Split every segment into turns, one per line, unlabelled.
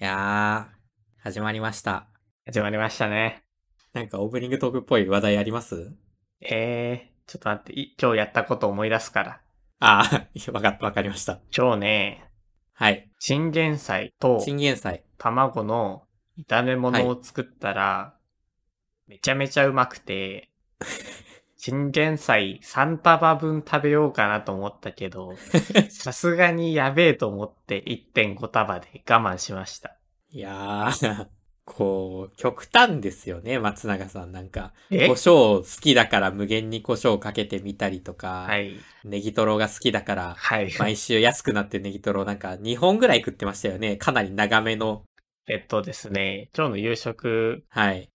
いやー、始まりました。
始まりましたね。
なんかオープニングトークっぽい話題あります
えー、ちょっと待って、い今日やったこと思い出すから。
ああ、 わかった、わかりました。
今日ね、
はい。
チンゲン菜と
チンゲン菜。
卵の炒め物を作ったら、めちゃめちゃうま くて、チンゲン菜3束分食べようかなと思ったけど、さすがにやべえと思って1.5束で我慢しました。
いやー、 こう、極端ですよね、松永さん。なんか、
え
胡椒好きだから無限に胡椒かけてみたりとか、
はい。
ネギトロが好きだから、
はい。
毎週安くなってるネギトロなんか2本ぐらい食ってましたよね。かなり長めの。
えっとですね、今日の夕食、
はい。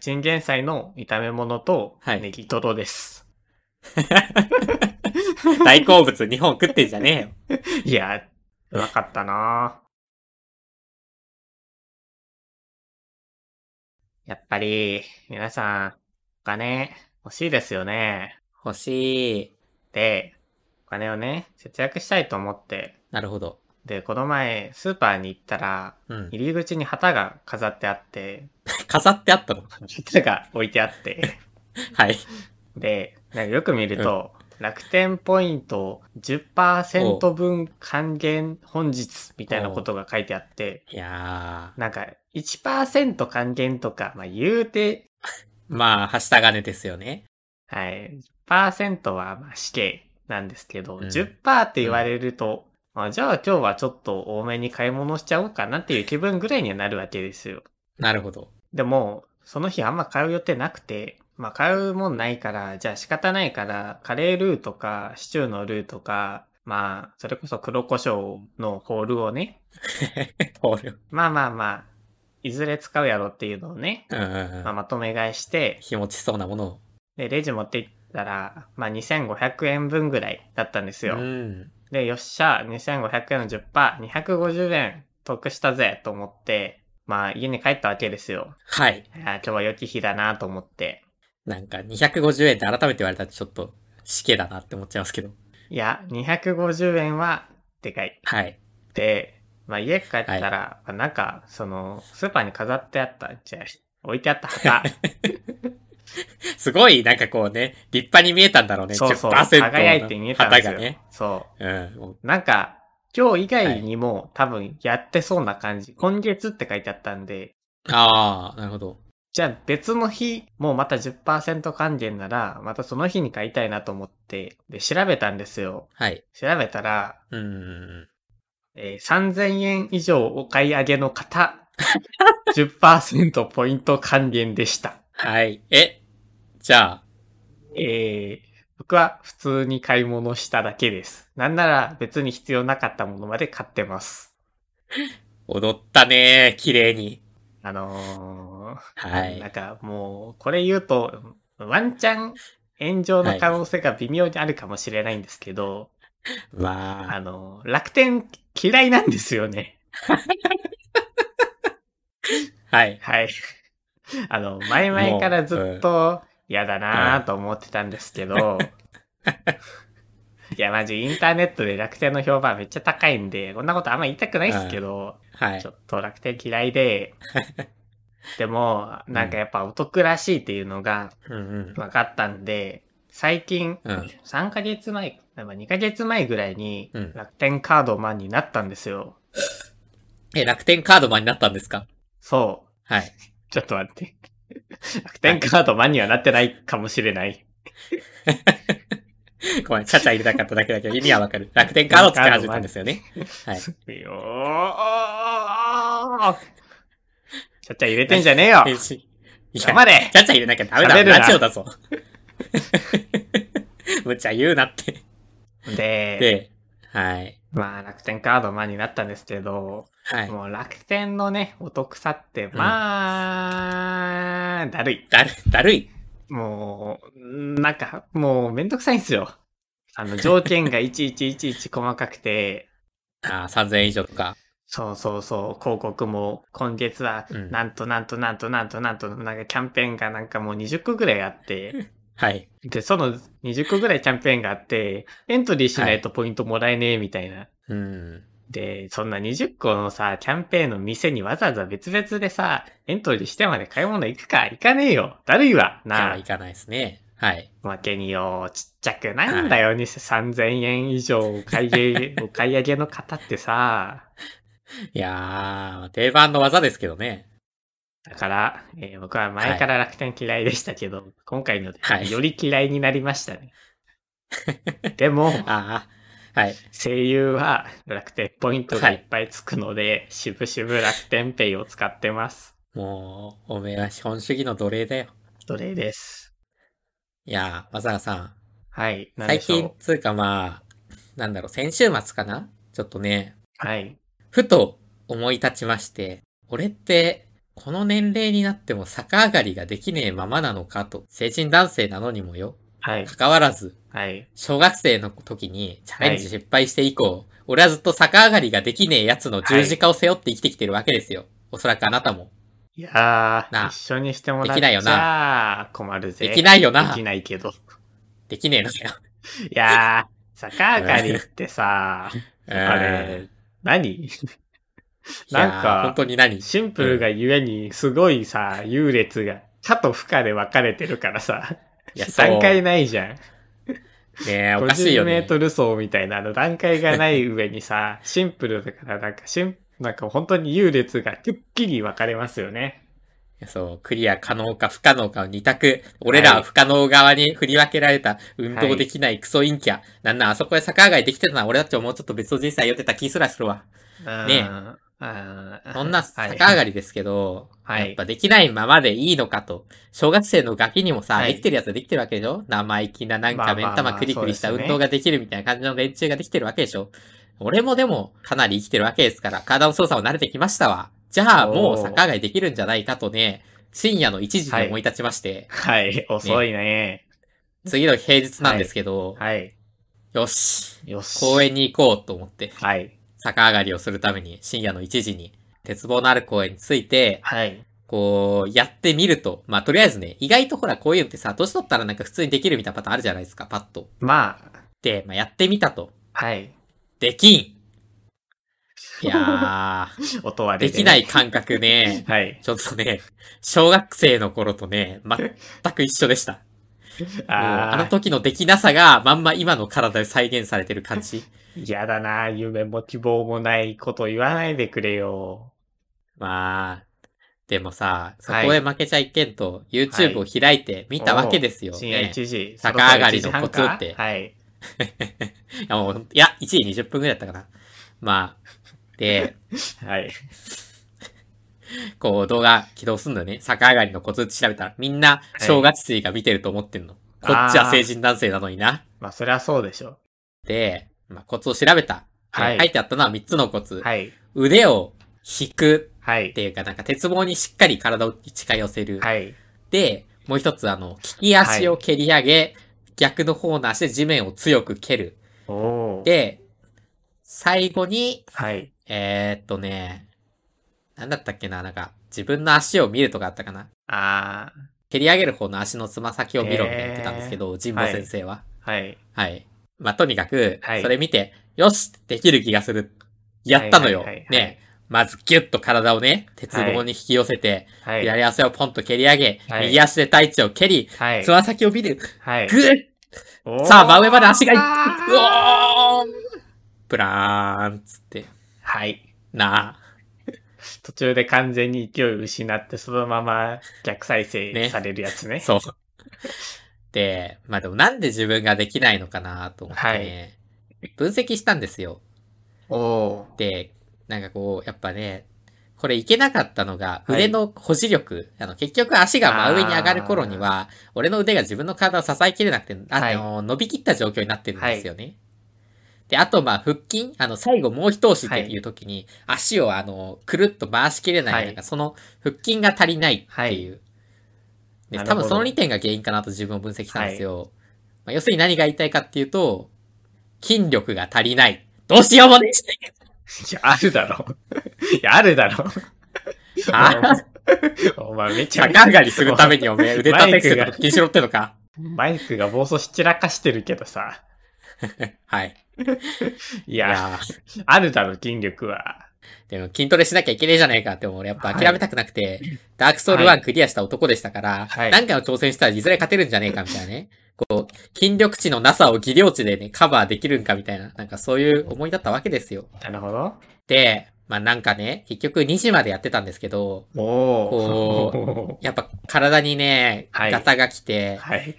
チンゲン菜の炒め物と
はい
ネギトロです。
大好物2本食ってんじゃねえよ。
いや、うまかったなやっぱり、皆さん、お金欲しいですよね。
欲しい。
で、お金をね、節約したいと思って。
なるほど。
で、この前、スーパーに行ったら、
うん。
入り口に旗が飾ってあって、
飾ってあったの。
旗が置いてあって、
はい。
で、なんかよく見ると、楽天ポイント10%分還元本日みたいなことが書いてあって、
いやー。
なんか、1%還元とか、まあ言うて、
まあ、はした金ですよね。
はい、10%はまあ死刑なんですけど、
うん
10%って言われると、あじゃあ今日はちょっと多めに買い物しちゃおうかなっていう気分ぐらいにはなるわけですよ。
なるほど。
でも、その日あんま買う予定なくて、まあ買うもんないから、じゃあ仕方ないから、カレールーとか、シチューのルーとか、まあ、それこそ黒胡椒のホールをね、
通る。
まあまあまあ、いずれ使うやろっていうのをね、
うんうん
ま
う
あ、
ん。
まとめ買いして、
日持ちそうなものを。
で、レジ持って行ったら、まあ、2500円分ぐらいだったんです
う
よ。
ん。
で、よっしゃ、2500円の10%、250円得したぜと思って、まあ、家に帰ったわけですよ。
はい。
あー今日は良き日だなと思って。
なんか、250円って改めて言われたらちょっと、死刑だなって思っちゃいますけど。
いや、250円は、でかい。
はい。
で、まあ、家帰ったら、まあなんか、その、スーパーに飾ってあった、じゃあ置いてあっ た旗。
すごい、なんかこうね、立派に見えたんだろうね。
そうそう、
10%
輝いて見えたんですよ。
旗がね。
そう。
うん。もう
なんか、今日以外にも、多分やってそうな感じ。今月って書いてあったんで、
ああ、なるほど。
じゃあ別の日、もうまた10%還元なら、またその日に買いたいなと思って、で、調べたんですよ。
はい。
調べたら、
うんうんうん。
えー3000円以上お買い上げの方、10%ポイント還元でした。
はい。え、じゃあ、
えー、僕は普通に買い物しただけです。なんなら別に必要なかったものまで買ってます。
踊ったねー、綺麗に。
あの
は
ー、なん
い。
かもう、これ言うと、ワンチャン炎上の可能性が微妙にあるかもしれないんですけど、
まあ
あ、の、楽天嫌いなんですよね。
はい。
はい。 あの、前々からずっと嫌だなぁと思ってたんですけど、 いや、マジインターネットで楽天の評判めっちゃ高いんで、こんなことあんま言いたくないですけど、
はい
ちょ。っと楽天嫌 いで、でも、なんかやっぱお得らしいっていうのが、
うんうん。
分かったんで、最近、
うん
3ヶ月前、まあ2ヶ月前ぐらいに
うん、
楽天カードマンになったんですよ。
え、楽天カードマンになったんですか
そ
はい。
う。ちょっと待って。 楽天カードマンにはなってないかもしれない。
ごめん、ちゃちゃ入れたかっただけだけど、意味はわ かる。楽天カードを使い始めたんですよね。はい。
いよーちゃっちゃ入れてんじゃねえよ
変身 いや、
黙れ
ちゃちゃ入れなきゃダメだ
喋るな
ラジオだぞ。 むちゃ言うなって。で、
で、
はい。
まあ楽天カードマンになったんですけど、
はい。
もう楽天のね、お得さって、まあ、だるい。
だる、だるい。
もう、なんか、もうめんどくさいんですよ。あの、条件がいちいちいちいち細かくて、
ああ、3000円以上とか。
そうそうそう、広告も今月は
うん、
なんとなんとなんとなんとなんと、なんかキャンペーンがなんかもう20個ぐらいあって、
はい。
で、その20個ぐらいキャンペーンがあって、エントリーしないとポイントもらえねえみたいな。
うん。
で、そんな20個のさ、キャンペーンの店にわざわざ別々でさ、エントリーしてまで買い物行くか行かねえよ。だるいわ。
いや
なあ
い。かないですね。はい。
負けによ、ちっちゃくないんだよ、に3000円以上お買い上 げ、お買い上げの方ってさ。
いやー、定番の技ですけどね。
だから、えー僕は前から楽天嫌いでしたけど、今回ので、
はい
より嫌いになりました ね。でも、
ああ、はい。
声優は楽天ポイントがいっぱいつくので、しぶしぶ楽天ペイを使ってます。
もう、おめえは資本主義の奴隷だよ。
奴隷です。
いやー、松永さん。
はい。なんで
最
しょう
近、つうかまあ、なんだろう、先週末かなちょっとね、
はい。
ふと思い立ちまして、俺って、この年齢になっても逆上がりができねえままなのかと、成人男性なのにもよ、
はい。
関わらず、
はい。
小学生の時にチャレンジ失敗して以降、俺はずっと逆上がりができねえやつの十字架を背負って生きてきてるわけですよ。おそらくあなたも。
いや
な
ー、
あ
一緒にしてもらっ
できないよな
ちゃ困るぜ。
できないよな
できないけど。
できねえのよ。
いやー、逆上がりっ てさ、あ
うん
れ、何
いやー
なんか
本当に何
シンプルがゆえに、すごいさ、優劣が、かと負荷で分かれてるからさ、
いや、そう
段階
ね
ないじゃん。
え、おかしいよ
50メ
ね
ー。トル走みたいなあの段階がない上にさ、 シンプルだから、なんかシン、なんか本当に優劣がくっきり分かれますよね。
そう、クリア可能か不可能かの二択。俺らは不可能側に振り分けられた、運動できないクソ陰キャ。なんなんあそこで逆上がりできてたのは俺たちをもうちょっと別の人生寄ってた気すらするわ。ねえ
え
そんな逆上が
り。
りですけど、
はい
やっぱできないままでいいのかと。小学生のガキにもさ、
はい
できてるやつはできてるわけでしょ生意気ななん
まあま
か
あ
目
ま
ん
あ
玉クリクリした
そうですね
運動ができるみたいな感じの連中ができてるわけでしょ俺もでもかなり生きてるわけですから、体の操作も慣れてきましたわ。じゃあもう逆上がりできるんじゃないかとね、深夜の1時に思い立ちまして、
はい、遅いね。
次の平日なんですけど、
はい、
よし、
よし。
公園に行こうと思って、
はい、
逆上がりをするために深夜の1時に、鉄棒のある公園に着いて、
はい、
こう、やってみると、まあ、とりあえずね、意外とほら、こういうのってさ、年取ったらなんか普通にできるみたいなパターンあるじゃないですか、パッと。
まあ、
で、まあ、やってみたと。
はい。
できんいやー、
音は
できない。感覚ね、
はい。
ちょっとね、小学生の頃とね、全く一緒でした。もうあの
あ
時のできなさが、まんま今の体で再現されてる感じ。
ー、嫌だな。夢も希望もないこと言わないでくれよ。
まあ、でもさ、そ
はい
こで負けちゃいけんと、YouTube を開いて見たわけですよ。
深夜
ね
1時。
逆上がりの
そろそろ1時
コ
半
ツって
かはい。
いや、もういや1時20分ぐらいだったかな。まあ、で、
はい。
こう動画起動すんのよね。逆上がりのコツって調べたら、みんな小学生が見てると思ってんの。こっちは成人男性なのにな。
まあ、そりゃそうでしょ。
で、まあ、コツを調べた。で
はい
書いてあったのは3つのコツ。
はい。
腕を引く
は
っ
い。
ていうか、なんか鉄棒にしっかり体を近寄せる。
はい。
で、もう一つ、あの、利き足を蹴り上げ、逆の方の足で地面を強く蹴る。
おお。
で、最後に、
はい。
えー、っとね、なんだったっけな、なんか、自分の足を見るとかあったかな。
あ
蹴り上げる方の足のつま先を見ろみたいに言ってたんですけど、神保先生は。
ー。はい。
はい。まあ、とにかく
はい、
それ見て、よしできる気がする。やったのよ。
はいはいはいはい
ね。まずギュッと体をね、鉄棒に引き寄せて、
はい。
左足をポンと蹴り上げ、
はい
右足で大地を蹴り、
はい
つ。ま先を見る。
はい
ぐ。っ
おー
さあ、真上まで足がいく。う
あ
お
ー
ープラーンっつって。
はい。
なあ。
途中で完全に勢いを失って、そのまま逆再生
ね
されるやつね。
そう。で、まあでもなんで自分ができないのかなと思ってね、分析したんですよ。
おお
で、なんかこう、やっぱね、これいけなかったのが、
はい
腕の保持力。あの、結局足が真上に上がる頃には、俺の腕が自分の体を支えきれなくて、あ
はい
の、伸びきった状況になってるんですよね。で、あと、まあ、腹筋あの、最後もう一押しっていう時に、足をあの、くるっと回しきれない、
はい
なんかその腹筋が足りないっていう。で
なる
多
ほど
分その2点が原因かなと自分を分析したんですよ。まあ、要するに何が言いたいかっていうと、筋力が足りない。どうしようもねえ
いや、あるだろ。 いや、あるだろ。
あ
お前めちゃめち
逆
ゃ
上がりするためにおめえ腕立て伏せとか気にしろってのか。
マイクが暴走し散らかしてるけどさ。
はい。
い
い
や、
やー
あるだろ、筋力は。
でも筋トレしなきゃいけねえじゃないかって思う。俺やっぱ諦めたくなくて、ダークソウル
はい
1クリアした男でしたから、
はい
何回も挑戦したらいずれ勝てるんじゃねえかみたいなね。こう、筋力値のなさを技量値でね、カバーできるんかみたいな、なんかそういう思いだったわけですよ。
なるほど。
で、まあなんかね、結局2時までやってたんですけど、
おお。
やっぱ体にね、
はい
ガタが来て、
はい。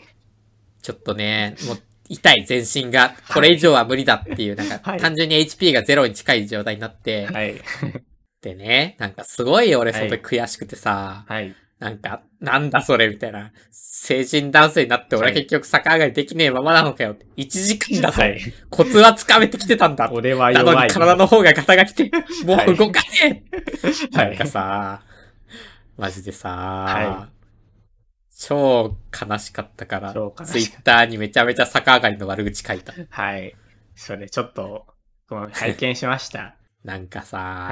ちょっとね、もう痛い全身が、これ以上は無理だっていう、なんか
はい
単純に HP がゼロに近い状態になって、
はい。
でね、なんかすごい俺
は
そ
い
の時悔しくてさ、
はい。
なんか、なんだそれみたいな。成人男性になって俺は結局逆上がりできねえままなのかよって。1時間だぞ。
はい。
コツはつかめてきてたんだ。な
俺は
の
弱
に
い。
体の方がガタが来て、もう動かねえ、
はい
なんかさ、マジでさ、
は
超悲しかったから
超悲、しか
ツイッターにめちゃめちゃ逆上がりの悪口書いた。
はい。それ、ちょっと、この拝見しました。
なんかさ、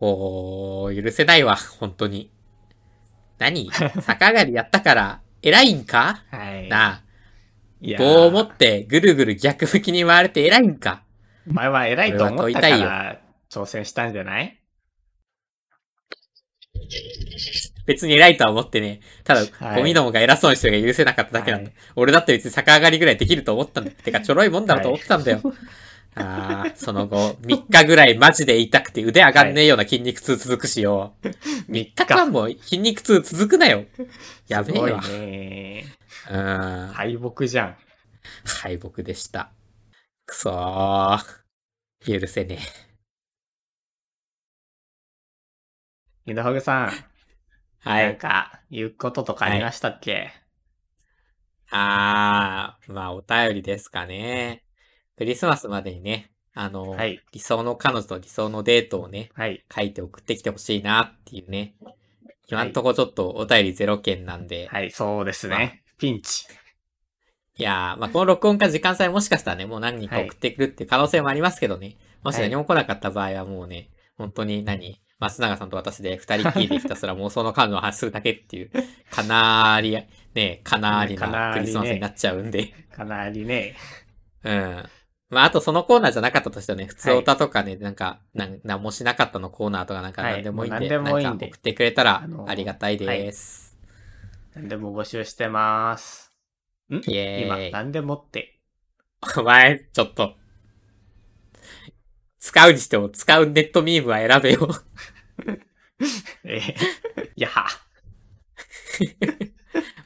おー、許せないわ、本当に。何逆上がりやったから、偉いんか
はい。
なあ、
いやー
棒を持ってぐるぐる逆向きに回れて偉いんか。
お前は偉いと思ったか
俺
ら、挑戦したんじゃない
別に偉いとは思ってね。ただ、
はい
ゴミどもが偉そうにしてるが許せなかっただけなんだ。
は
俺だって別に逆上がりぐらいできると思ったんだ。てか、ちょろいもんだろうと思ってたんだよ。ああ、その後、3日ぐらいマジで痛くて腕上がんねえような筋肉痛続くしよう。3日間も筋肉痛続くなよ。やべえわ。
すごいね
うん。
敗北じゃん。
敗北でした。くそー。許せね
ゆのほぐさん、
え。は
なん
い。
か、言うこととかありましたっけ、
あー、まあお便りですかね。クリスマスまでにね、あの、
はい
理想の彼女と理想のデートをね、
はい。
書いて送ってきてほしいなっていうね。今
はい
んとこちょっとお便りゼロ件なんで、い、
はい、そうですね。ピンチ。
やー、まあこの録音か時間さえもしかしたらね、もう何人か送ってくるっていう可能性もありますけどね。もし
はい
何も来なかった場合はもうね、本当に何松永さんと私で二人きりでひたすら妄想の彼女の話するだけっていう、かなーり、ね、かなーり
かな
な
ーりね
クリスマスになっちゃうんで。
かなりね。
うん。まあ、あとそのコーナーじゃなかったとしてもね、普通歌とかね、なんか、なん、なんもしなかったのコーナーとかなんか
はい
何でもいいん
もう
で、
何でもいい
なんん
で
か送ってくれたら
あのー
ありがたいです。
何でも募集してます。ん
イエ
今
ー、イ。
何でもって。
お前、ちょっと。使うにしても使うネットミームは選べ よ。
えーい やは。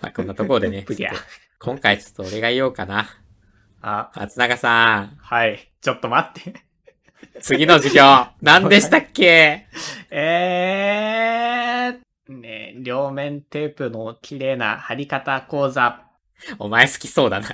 まあ、こんなところでね、
ぷりゃ
ちょっと今回ちょっと俺が言おうかな。
あ、
松永さ ん、
はい。ちょっと待って。
次の授業、何でしたっけ
えー、ね両面テープの綺麗な貼り方講座。
お前好きそうだな。